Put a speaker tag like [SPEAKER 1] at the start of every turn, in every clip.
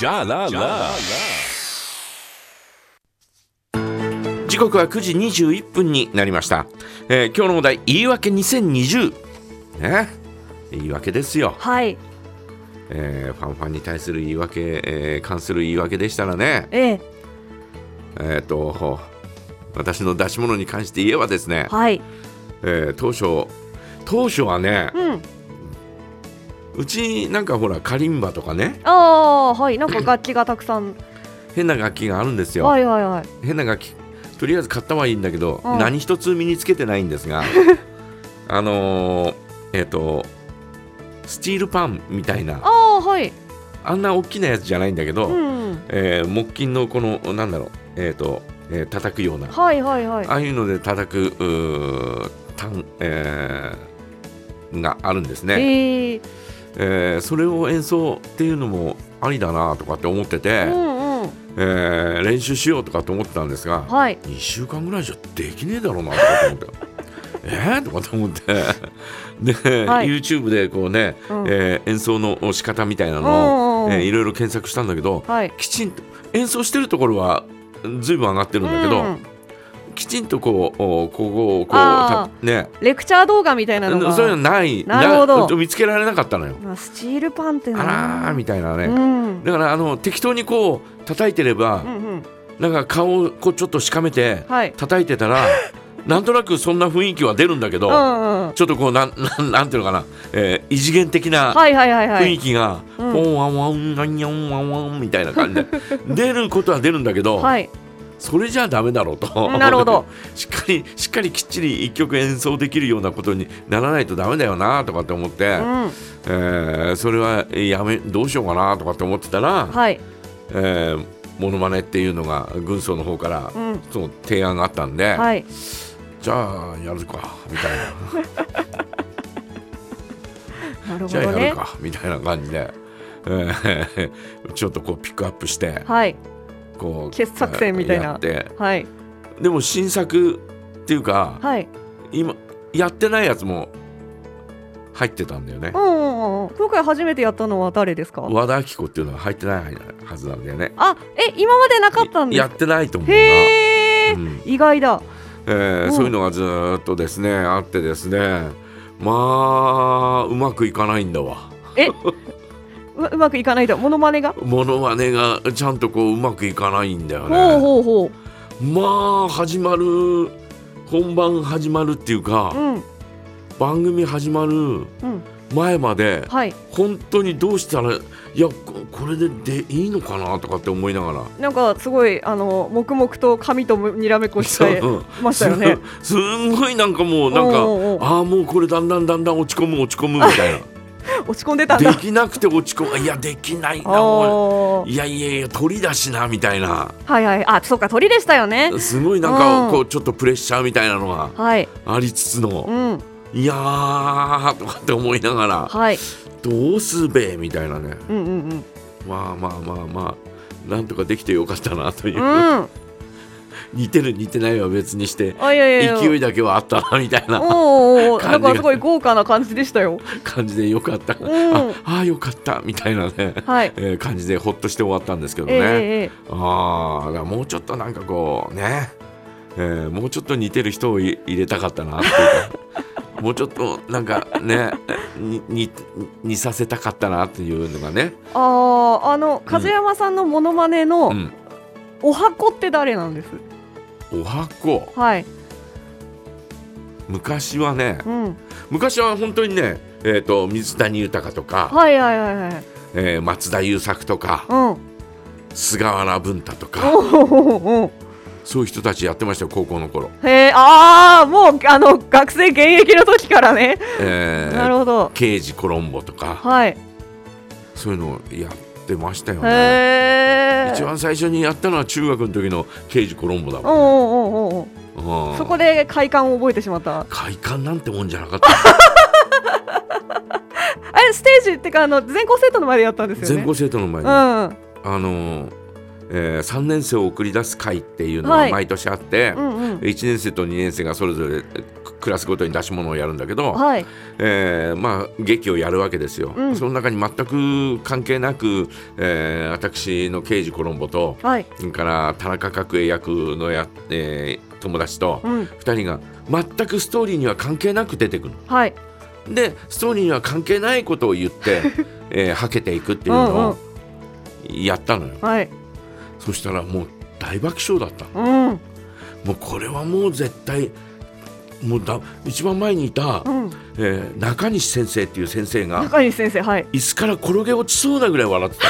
[SPEAKER 1] Ja la la.
[SPEAKER 2] 時刻は9時21分になりました、えー今日のお題言い訳2020ね言い訳ですよ、
[SPEAKER 3] はい、
[SPEAKER 2] えーファンファンに対する言い訳、えー関する言い訳でしたらね
[SPEAKER 3] ええ、
[SPEAKER 2] えっ、と私の出し物に関して言えばですね、
[SPEAKER 3] はい、
[SPEAKER 2] えー当初当初はね
[SPEAKER 3] うん、
[SPEAKER 2] うちなんかほらカリンバとかね
[SPEAKER 3] ああ、は い、なんか楽器がたくさん、
[SPEAKER 2] 変な楽器があるんですよ、
[SPEAKER 3] はいはいはい、
[SPEAKER 2] 変な楽器とりあえず買ったはいいんだけど、
[SPEAKER 3] うん
[SPEAKER 2] 何一つ身につけてないん ですがあのーえっ、とスチールパンみたいな
[SPEAKER 3] ああー、はい、
[SPEAKER 2] あんな大きなやつじゃないんだけど、
[SPEAKER 3] うん、
[SPEAKER 2] えー木琴のこのなんだろうえっ、と、えー叩くようなあ
[SPEAKER 3] はいはいはい、
[SPEAKER 2] あいうので叩くうーたん、えーがあるんですね、
[SPEAKER 3] ええ、
[SPEAKER 2] えーそれを演奏っていうのもありだなとかって思ってて
[SPEAKER 3] う、んうん、
[SPEAKER 2] えー練習しようとかって思ってたんですが、
[SPEAKER 3] はい、
[SPEAKER 2] 2週間ぐらいじゃできねえだろうなとかって思って。 えー、とかと思って で、
[SPEAKER 3] はい
[SPEAKER 2] YouTube でこうね、
[SPEAKER 3] うん
[SPEAKER 2] えー演奏の仕方みたいなのを、
[SPEAKER 3] うんうんうん
[SPEAKER 2] えーいろいろ検索したんだけど、
[SPEAKER 3] はい、
[SPEAKER 2] きちんと演奏してるところはずいぶん上がってるんだけど、
[SPEAKER 3] うん
[SPEAKER 2] きちんとこうおここをこう
[SPEAKER 3] あ
[SPEAKER 2] たね
[SPEAKER 3] レクチャー動画みたいなのが、
[SPEAKER 2] そういうのない
[SPEAKER 3] なるほど
[SPEAKER 2] な見つけられなかったのよ。
[SPEAKER 3] まあ、スチールパンって
[SPEAKER 2] あらーみたいなね、
[SPEAKER 3] たうん、
[SPEAKER 2] だからあの適当にこう叩いてれば、
[SPEAKER 3] うんうん、
[SPEAKER 2] なんか顔をこうちょっとしかめて、
[SPEAKER 3] はい、
[SPEAKER 2] 叩いてたらなんとなくそんな雰囲気は出るんだけど、
[SPEAKER 3] うんうん、
[SPEAKER 2] ちょっとこうなん なんなんていうのかな、えー異次元的な
[SPEAKER 3] はいはいはいは
[SPEAKER 2] 雰囲
[SPEAKER 3] い、
[SPEAKER 2] 気が、ポ
[SPEAKER 3] うん
[SPEAKER 2] ンワンワンワンニャンワンワンみたいな感じで 出ることは出るんだけど、
[SPEAKER 3] はい、
[SPEAKER 2] それじゃダメだろうと
[SPEAKER 3] なるほど
[SPEAKER 2] しっかりしっかりきっちり一曲演奏できるようなことにならないとダメだよなとかって思って、
[SPEAKER 3] うん、
[SPEAKER 2] えーそれはやめどうしようかなとかって思ってたら、
[SPEAKER 3] はい、
[SPEAKER 2] えーモノマネっていうのが軍曹の方から、
[SPEAKER 3] うん、
[SPEAKER 2] その提案があったんで。
[SPEAKER 3] はい、
[SPEAKER 2] じゃあやるかみたい な
[SPEAKER 3] なるほ
[SPEAKER 2] じゃあ
[SPEAKER 3] ど
[SPEAKER 2] や
[SPEAKER 3] ね
[SPEAKER 2] る、かみたいな感じで、えー ちょっとこうピックアップして
[SPEAKER 3] はい、
[SPEAKER 2] こう
[SPEAKER 3] 傑作選みたいな
[SPEAKER 2] やって
[SPEAKER 3] はい、
[SPEAKER 2] でも新作っていうか
[SPEAKER 3] はい、
[SPEAKER 2] 今やってないやつも入ってたんだよね
[SPEAKER 3] うんうんうん、今回初めてやったのは誰ですか？
[SPEAKER 2] 和田アキ子っていうのは入ってないはずなんだよね
[SPEAKER 3] あ、え、今までなかったんです
[SPEAKER 2] や
[SPEAKER 3] か
[SPEAKER 2] っ。てないと思うな、え
[SPEAKER 3] へえ、
[SPEAKER 2] うん
[SPEAKER 3] 意外だ。
[SPEAKER 2] ー
[SPEAKER 3] うん
[SPEAKER 2] そういうのがずーっとですねあってですねまあうまくいかないんだわ
[SPEAKER 3] ううまくいかないとモノマネが。
[SPEAKER 2] モノマネがちゃんとこううまくいかないんだよね
[SPEAKER 3] ほうほうほ
[SPEAKER 2] まあ始まる本番始まるっていうか、
[SPEAKER 3] う。うん
[SPEAKER 2] 番組始まる
[SPEAKER 3] うん。
[SPEAKER 2] 前まで
[SPEAKER 3] はい。
[SPEAKER 2] 本当にどうしたらいやここれででいいのかなとかって思いながら。
[SPEAKER 3] なんかすごいあの黙々と髪とむにらめっこして
[SPEAKER 2] そう
[SPEAKER 3] ました よね。
[SPEAKER 2] すすんごいなんかもうなん
[SPEAKER 3] おうおうおう
[SPEAKER 2] かああもうこれだんだんだんだん落ち込む落ち込むみたい
[SPEAKER 3] 落ち込んでた
[SPEAKER 2] なん
[SPEAKER 3] だ。
[SPEAKER 2] できなくて落ち込むいやできない
[SPEAKER 3] あ
[SPEAKER 2] な俺
[SPEAKER 3] あ。はい
[SPEAKER 2] やいやいや鳥だしなみたいない
[SPEAKER 3] はい。あ、そうか鳥でしたよね。
[SPEAKER 2] すごいなんか
[SPEAKER 3] うん
[SPEAKER 2] こうちょっとプレッシャーみたいなのが
[SPEAKER 3] はい。
[SPEAKER 2] ありつつ
[SPEAKER 3] う
[SPEAKER 2] の
[SPEAKER 3] ん。
[SPEAKER 2] いやーとかって思いながら
[SPEAKER 3] はい。
[SPEAKER 2] どうすべみたいなね
[SPEAKER 3] うんうん
[SPEAKER 2] まあまあまあまあなんとかできてよかったなという、
[SPEAKER 3] うん。うん。
[SPEAKER 2] 似てる似てないは別にして
[SPEAKER 3] あいやいやいや。
[SPEAKER 2] 勢いだけはあったなみたい
[SPEAKER 3] おー
[SPEAKER 2] な
[SPEAKER 3] おーおー。なんかすごい豪華な感じでしたよ。
[SPEAKER 2] 感じでよかった、
[SPEAKER 3] ん
[SPEAKER 2] ああーよかったみたいなね、
[SPEAKER 3] はい。
[SPEAKER 2] えー感じでほっとして終わったんですけど
[SPEAKER 3] ええ
[SPEAKER 2] ね、
[SPEAKER 3] ええ。
[SPEAKER 2] ああだからもうちょっとなんかこうね、えーもうちょっと似てる人をい入れたかったなっていう かもうちょっとなんかねにに似させたかったなっていうのがね、
[SPEAKER 3] あああの風山さんのモノマネの
[SPEAKER 2] うん、
[SPEAKER 3] お箱って誰なんです。
[SPEAKER 2] お箱
[SPEAKER 3] はい。
[SPEAKER 2] 昔はね
[SPEAKER 3] うん。
[SPEAKER 2] 昔は本当にね、えー、と水谷豊とか、
[SPEAKER 3] はいはいはいはい。
[SPEAKER 2] えー松田優作とか
[SPEAKER 3] うん。
[SPEAKER 2] 菅原文太とか
[SPEAKER 3] おお。
[SPEAKER 2] そういう人たちやってましたよ高校の頃、
[SPEAKER 3] へえ、ああ、もうあの学生現役の時からね。
[SPEAKER 2] え
[SPEAKER 3] なる
[SPEAKER 2] ー、
[SPEAKER 3] ほど。
[SPEAKER 2] 刑事コロンボとか
[SPEAKER 3] はい。
[SPEAKER 2] そういうのをやってましたよ
[SPEAKER 3] へ
[SPEAKER 2] ね
[SPEAKER 3] え。
[SPEAKER 2] 一番最初にやったのは中学の時の刑事コロンボだ
[SPEAKER 3] おう
[SPEAKER 2] もん、
[SPEAKER 3] おうおうおう
[SPEAKER 2] うん
[SPEAKER 3] そこで快感を覚えてしまった。
[SPEAKER 2] 快感なんてもんじゃなかった
[SPEAKER 3] あれステージってかあの全校生徒の前でやったんですよ
[SPEAKER 2] 全
[SPEAKER 3] ね。
[SPEAKER 2] 校生徒の前に、
[SPEAKER 3] う
[SPEAKER 2] あのーえ3年生を送り出す会っていうの
[SPEAKER 3] は
[SPEAKER 2] が
[SPEAKER 3] い
[SPEAKER 2] 毎年あって、
[SPEAKER 3] んうんうん。
[SPEAKER 2] 1年生と2年生がそれぞれえククラスごとに出し物をやるんだけど、
[SPEAKER 3] はい。
[SPEAKER 2] えーまあ、劇をやるわけですよ、
[SPEAKER 3] うん
[SPEAKER 2] その中に全く関係なく、えー私の刑事コロンボと
[SPEAKER 3] はい。
[SPEAKER 2] それから田中角栄役のや、えー友達と
[SPEAKER 3] うん。
[SPEAKER 2] 2人が全くストーリーには関係なく出てくる
[SPEAKER 3] はい。
[SPEAKER 2] でストーリーには関係ないことを言 って、えーはけていくっていうのをやったのよ、
[SPEAKER 3] はい。
[SPEAKER 2] そしたらもう大爆笑だった
[SPEAKER 3] うん。うん。
[SPEAKER 2] もうこれはもう絶対もうだ一番前にいた、えー中西先生っていう先生が
[SPEAKER 3] 中西先生、はい。
[SPEAKER 2] 椅子から転げ落ちそうなぐらい笑ってた。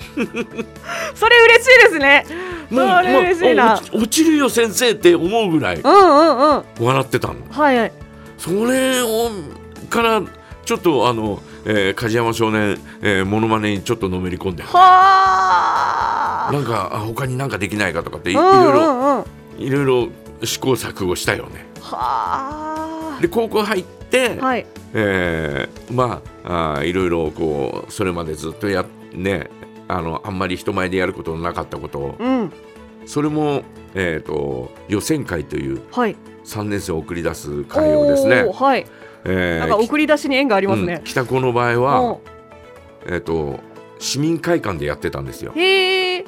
[SPEAKER 3] それ嬉しいですね。
[SPEAKER 2] もう
[SPEAKER 3] それ嬉しい
[SPEAKER 2] もう
[SPEAKER 3] な
[SPEAKER 2] 落。ち落ちるよ先生って思うぐらい
[SPEAKER 3] うんうんうん。
[SPEAKER 2] 笑ってたの。
[SPEAKER 3] はいはい。
[SPEAKER 2] それをからちょっとあの、えー梶山少年、えー、モノマネにちょっとのめり込んで。
[SPEAKER 3] は
[SPEAKER 2] なんかあ他になんかできないかとかってい,、
[SPEAKER 3] うんうんうん。は
[SPEAKER 2] ろいろいろいろ試行錯誤したよね。
[SPEAKER 3] あ。
[SPEAKER 2] で高校入って、
[SPEAKER 3] はい。
[SPEAKER 2] えーまああーいろいろこうそれまでずっとやねあのあんまり人前でやることのなかったことを
[SPEAKER 3] うん。
[SPEAKER 2] それも、えー、と予選会という
[SPEAKER 3] はい。
[SPEAKER 2] 3年生を送り出す会をですね
[SPEAKER 3] おー、はい。
[SPEAKER 2] えー
[SPEAKER 3] なんか送り出しに縁があります
[SPEAKER 2] うん
[SPEAKER 3] ね。
[SPEAKER 2] 北高の場合は
[SPEAKER 3] も、
[SPEAKER 2] えー、と市民会館でやってたんですよ
[SPEAKER 3] う、へえ。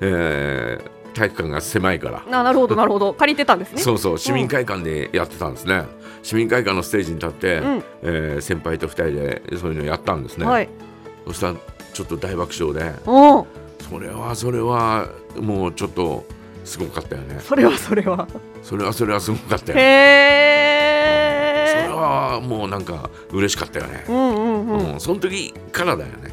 [SPEAKER 2] えー体育館が狭いから。
[SPEAKER 3] ななるほどなるほど。借りてたんですね。
[SPEAKER 2] そうそう市民会館でやってたんですね、市民会館のステージに立って、
[SPEAKER 3] うん
[SPEAKER 2] えー先輩と2人でそういうのやったんですね、
[SPEAKER 3] はい。
[SPEAKER 2] そしたらちょっと大爆笑で
[SPEAKER 3] おお。
[SPEAKER 2] それはそれはもうちょっとすごかったよね
[SPEAKER 3] それはそれは。
[SPEAKER 2] それはそれはすごかったよ
[SPEAKER 3] へ
[SPEAKER 2] ねそれ
[SPEAKER 3] え。
[SPEAKER 2] はもうなんか嬉しかったよね
[SPEAKER 3] う、んうんうん。
[SPEAKER 2] うん、その時からだよね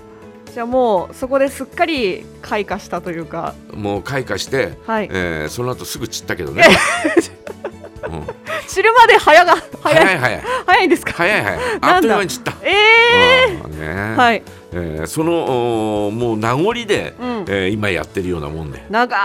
[SPEAKER 3] じゃあもうそこですっかり開花したというか。
[SPEAKER 2] もう開花して、
[SPEAKER 3] はい。
[SPEAKER 2] えーその後すぐ散ったけどね、 うん、
[SPEAKER 3] 知るまで早が早
[SPEAKER 2] 早
[SPEAKER 3] い
[SPEAKER 2] い早い
[SPEAKER 3] 早いんですか。
[SPEAKER 2] 早い早い
[SPEAKER 3] だ
[SPEAKER 2] あっという間に散った、
[SPEAKER 3] ええ
[SPEAKER 2] うんね
[SPEAKER 3] ー。はい。
[SPEAKER 2] えーそのおーもう名残で、
[SPEAKER 3] うん。
[SPEAKER 2] えー今やってるようなもんで
[SPEAKER 3] 長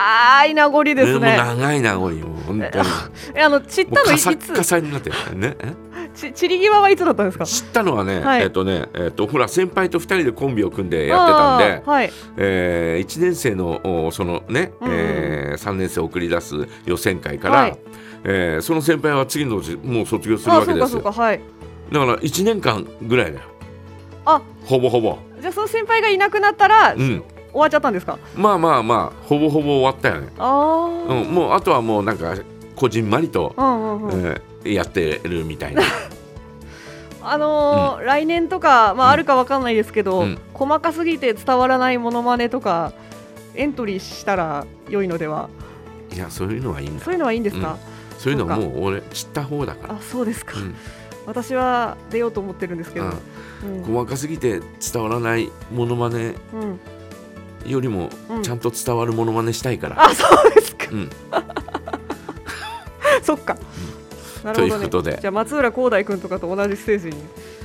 [SPEAKER 3] い名残で
[SPEAKER 2] も
[SPEAKER 3] す
[SPEAKER 2] う
[SPEAKER 3] ね。
[SPEAKER 2] 長い名残もう本当に
[SPEAKER 3] えあの散っ
[SPEAKER 2] も
[SPEAKER 3] た
[SPEAKER 2] う
[SPEAKER 3] のい
[SPEAKER 2] カ
[SPEAKER 3] い
[SPEAKER 2] サ
[SPEAKER 3] つ
[SPEAKER 2] ッカサになってるねえ
[SPEAKER 3] ち散り際はいつだったんですか。
[SPEAKER 2] 知ったのはね、
[SPEAKER 3] はい
[SPEAKER 2] えっ、とね、えっ、とほら先輩と二人でコンビを組んでやってたんで、
[SPEAKER 3] あーはい。
[SPEAKER 2] えー、1年生のおそのね、
[SPEAKER 3] うんうん
[SPEAKER 2] えー、3年生を送り出す予選会から、
[SPEAKER 3] はい
[SPEAKER 2] えーその先輩は次の年もう卒業する
[SPEAKER 3] あ
[SPEAKER 2] わ
[SPEAKER 3] ー
[SPEAKER 2] け
[SPEAKER 3] そう
[SPEAKER 2] で
[SPEAKER 3] か
[SPEAKER 2] す
[SPEAKER 3] そう
[SPEAKER 2] よ
[SPEAKER 3] かはい。
[SPEAKER 2] だから1年間ぐらいだよ
[SPEAKER 3] あ
[SPEAKER 2] ほぼほぼ
[SPEAKER 3] じゃあその先輩がいなくなったら、
[SPEAKER 2] う
[SPEAKER 3] 終
[SPEAKER 2] ん
[SPEAKER 3] わっちゃったんですか。
[SPEAKER 2] まあまあまあほぼほぼ終わったよね、
[SPEAKER 3] ああ。う
[SPEAKER 2] うんん、もうあとはもうなんかこじんまりと、
[SPEAKER 3] うんうん。
[SPEAKER 2] えーやってるみたいな
[SPEAKER 3] あのー来年とかまあ
[SPEAKER 2] うん
[SPEAKER 3] あるかわかんないですけど、
[SPEAKER 2] うん
[SPEAKER 3] 細かすぎて伝わらないモノマネとかエントリーしたら良いのでは。
[SPEAKER 2] いやそういうのはいいんだ
[SPEAKER 3] そういうのはいいんですか。
[SPEAKER 2] そういうのはもう俺知った方だから
[SPEAKER 3] あそうですか、
[SPEAKER 2] うん
[SPEAKER 3] 私は出ようと思ってるんですけど、うん
[SPEAKER 2] 細かすぎて伝わらないモノマネ
[SPEAKER 3] うん
[SPEAKER 2] よりも
[SPEAKER 3] うん
[SPEAKER 2] ちゃんと伝わるモノマネしたいから、
[SPEAKER 3] あそうですか、
[SPEAKER 2] うん
[SPEAKER 3] そっか、な
[SPEAKER 2] と
[SPEAKER 3] る
[SPEAKER 2] い
[SPEAKER 3] ほ
[SPEAKER 2] うこ
[SPEAKER 3] どね
[SPEAKER 2] とで
[SPEAKER 3] じゃあ松浦航大君とかと同じステー ジに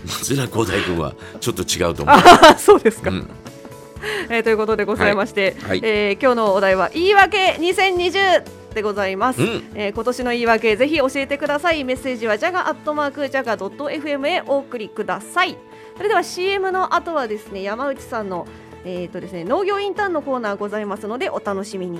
[SPEAKER 2] 松浦光大君はちょっと違うと思う。
[SPEAKER 3] あそうですか、
[SPEAKER 2] うん
[SPEAKER 3] えーということでございまして、
[SPEAKER 2] はいはい
[SPEAKER 3] えー今日のお題は「言い訳2020」でございます、
[SPEAKER 2] うん
[SPEAKER 3] えー今年の言い訳ぜひ教えてくださいメッセージはジャガアットマークジャガドット FM へお送りくださいそれでは CM の後はですね山内さんのえーとですね、農業インターンのコーナーございますのでお楽しみに。